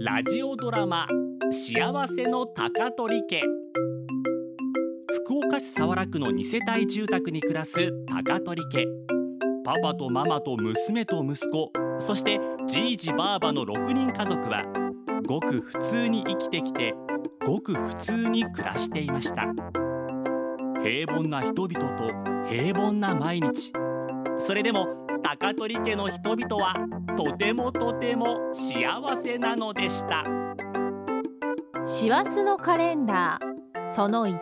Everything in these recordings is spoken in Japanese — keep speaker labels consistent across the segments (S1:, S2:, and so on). S1: ラジオドラマ幸せの高取家福岡市早良区の2世帯住宅に暮らす高取家パパとママと娘と息子そしてじいじばあばの6人家族はごく普通に生きてきてごく普通に暮らしていました平凡な人々と平凡な毎日それでも高取家の人々はとてもとても幸せなのでした
S2: 師走のカレンダーその1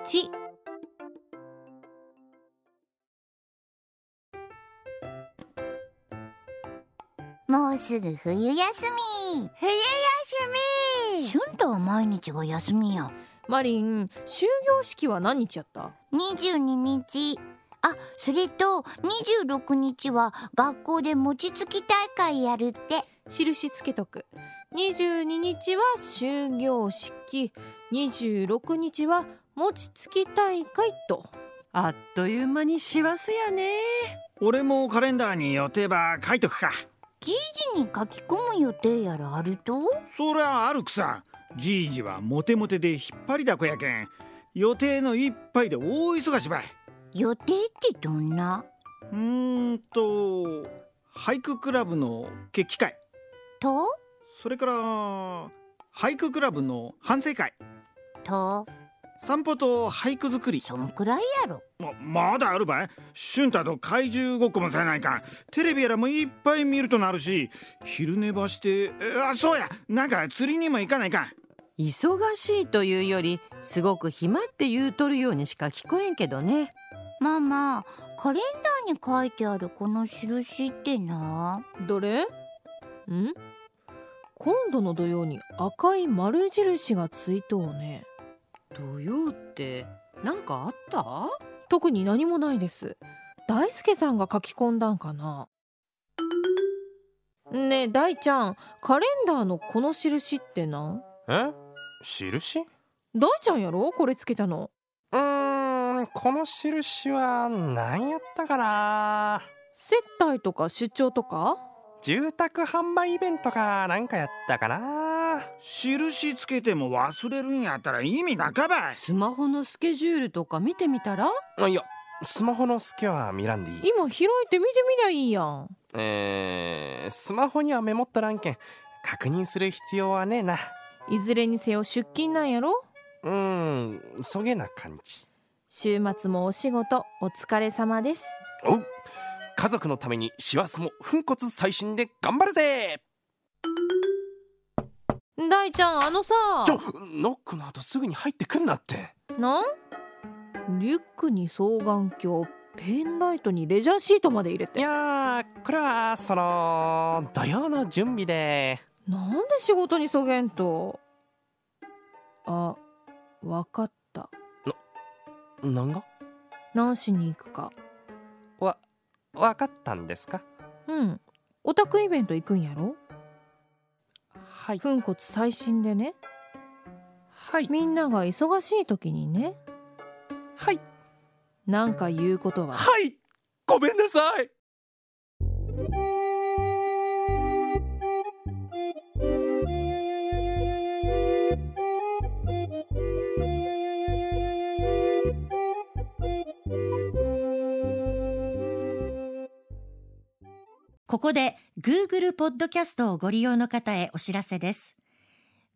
S3: もうすぐ冬休み
S4: 冬休
S3: 春とは毎日が休みや
S2: マリン終業式は何日やった
S3: 22日あそれと26日は学校で餅つき大会やるって
S2: 印つけとく22日は終業式26日は餅つき大会と
S4: あっという間に師走やね
S5: 俺もカレンダーに予定ば書いとくか
S3: じいじに書き込む予定やらあると
S5: そりゃあるくさじいじはモテモテで引っ張りだこやけん予定のいっぱいで大忙しばい
S3: 予定ってどんな
S5: うーんと俳句クラブの決起会
S3: と
S5: それから俳句クラブの反省会
S3: と
S5: 散歩と俳句作り
S3: そんくらいやろ
S5: ままだあるばい俊太と怪獣ごっこもさえないかんテレビやらもいっぱい見るとなるし昼寝ばしてえあそうやなんか釣りにも行かないかん
S4: 忙しいというよりすごく暇って言うとるようにしか聞こえんけどね
S3: ママカレンダーに書いてあるこの印ってな
S2: どれん今度の土曜に赤い丸印がついとうね
S4: 土曜ってなんかあった
S2: 特に何もないです大輔さんが書き込んだんかなねえ大ちゃんカレンダーのこの印ってなん
S6: え印う
S2: 大ちゃんやろこれつけたの
S6: ーんこの印は何やったかな
S2: 接待とか出張とか
S6: 住宅販売イベントかなんかやったかな
S5: 印つけても忘れるんやったら意味なかばい
S4: スマホのスケジュールとか見てみたら
S6: あいやスマホのスケは見らんでいい
S2: 今開いて見てみりゃいいやん
S6: えー、スマホにはメモっとらんけん確認する必要はねえない
S2: ずれにせよ出勤なんやろ
S6: うーんそげな感じ
S2: 週末もお仕事お疲れ様です
S6: おう家族のために師走も粉骨最新で頑張るぜ
S2: 大ちゃんあのさ
S6: ちょノックの後すぐに入ってくんなって
S2: なんリュックに双眼鏡ペンライトにレジャーシートまで入れ
S6: い
S2: て
S6: やーこれはその土曜の準備で
S2: なんで仕事にそげんとあわかった
S6: 何が
S2: 何しに行くか
S6: わ分かったんですか
S2: うんオタクイベント行くんやろ
S6: はい
S2: 粉骨最新でね
S6: はい
S2: みんなが忙しい時にね
S6: はい
S2: なんか言うことは
S6: はいごめんなさい
S7: ここで Google ポッドキャストをご利用の方へお知らせです。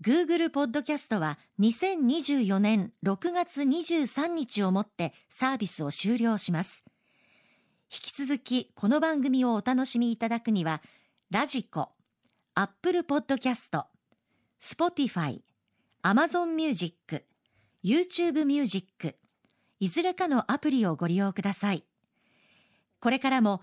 S7: Google ポッドキャストは2024年6月23日をもってサービスを終了します。引き続きこの番組をお楽しみいただくには、ラジコ、Apple ポッドキャスト、Spotify、Amazon Music、YouTube Music、いずれかのアプリをご利用ください。これからも